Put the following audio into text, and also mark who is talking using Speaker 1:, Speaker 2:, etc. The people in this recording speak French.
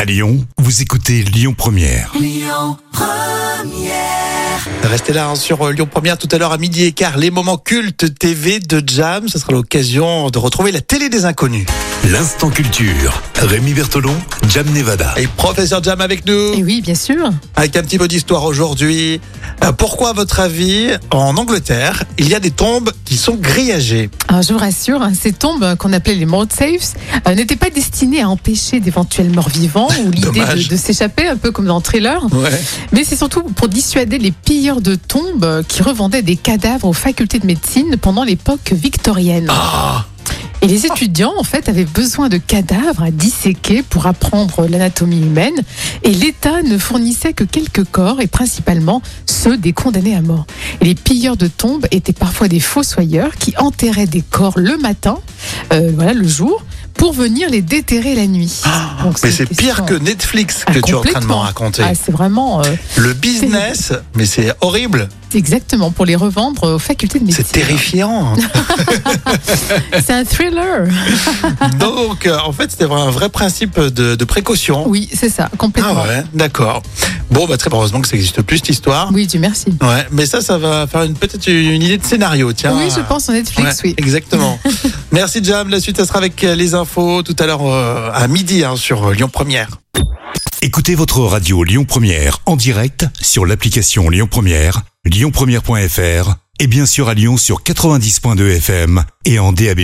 Speaker 1: À Lyon, vous écoutez Lyon Première.
Speaker 2: Restez là hein, sur euh, Lyon Première tout à l'heure à midi et quart. Les moments cultes TV de Jam, ce sera l'occasion de retrouver la télé des inconnus.
Speaker 1: L'instant culture. Rémi Bertolon, Jam Nevada.
Speaker 2: Et professeur Jam avec nous,
Speaker 3: Et oui, bien sûr.
Speaker 2: avec un petit peu d'histoire aujourd'hui. Euh, Pourquoi, à votre avis, en Angleterre, il y a des tombes qui sont grillagées
Speaker 3: Alors, je vous rassure, hein, ces tombes euh, qu'on appelait les mort safes euh, n'étaient pas destinées à empêcher d'éventuels morts vivants ou l'idée
Speaker 2: Dommage.
Speaker 3: de, de s'échapper, un peu comme dans Thriller.
Speaker 2: Ouais.
Speaker 3: Mais c'est surtout pour dissuader les pilleurs de tombes euh, qui revendaient des cadavres aux facultés de médecine pendant l'époque victorienne.
Speaker 2: Ah.
Speaker 3: Et les étudiants, en fait, avaient besoin de cadavres à disséquer pour apprendre l'anatomie humaine. Et l'État ne fournissait que quelques corps, et principalement ceux des condamnés à mort. Et les pilleurs de tombes étaient parfois des fossoyeurs qui enterraient des corps le matin, euh, voilà, le jour, pour venir les déterrer la nuit. Donc,
Speaker 2: Ah, Mais
Speaker 3: une
Speaker 2: c'est pire
Speaker 3: question-
Speaker 2: que Netflix
Speaker 3: Ah,
Speaker 2: que tu es en train de me
Speaker 3: complètement.
Speaker 2: raconter.
Speaker 3: Ah, c'est vraiment euh,
Speaker 2: Le business, mais c'est horrible,
Speaker 3: exactement pour les revendre aux facultés de médecine.
Speaker 2: c'est terrifiant.
Speaker 3: C'est un thriller.
Speaker 2: Donc, euh, en fait, c'était un vrai principe de, de précaution.
Speaker 3: Oui, c'est ça, complètement.
Speaker 2: Ah ouais, d'accord. Bon, bah, très heureusement que ça existe plus, cette histoire.
Speaker 3: Oui, Dieu merci.
Speaker 2: Ouais, mais ça, ça va faire une- peut-être une idée de scénario, tiens.
Speaker 3: Oui, je pense en Netflix,
Speaker 2: Ah. Ouais,
Speaker 3: oui.
Speaker 2: Exactement. Merci, Jam. La suite, ça sera avec euh, les infos tout à l'heure euh, à midi hein, sur euh, Lyon Première.
Speaker 1: Écoutez votre radio Lyon Première en direct sur l'application Lyon Première, lyonpremière.fr et bien sûr à Lyon sur 90.2 FM et en DAB+.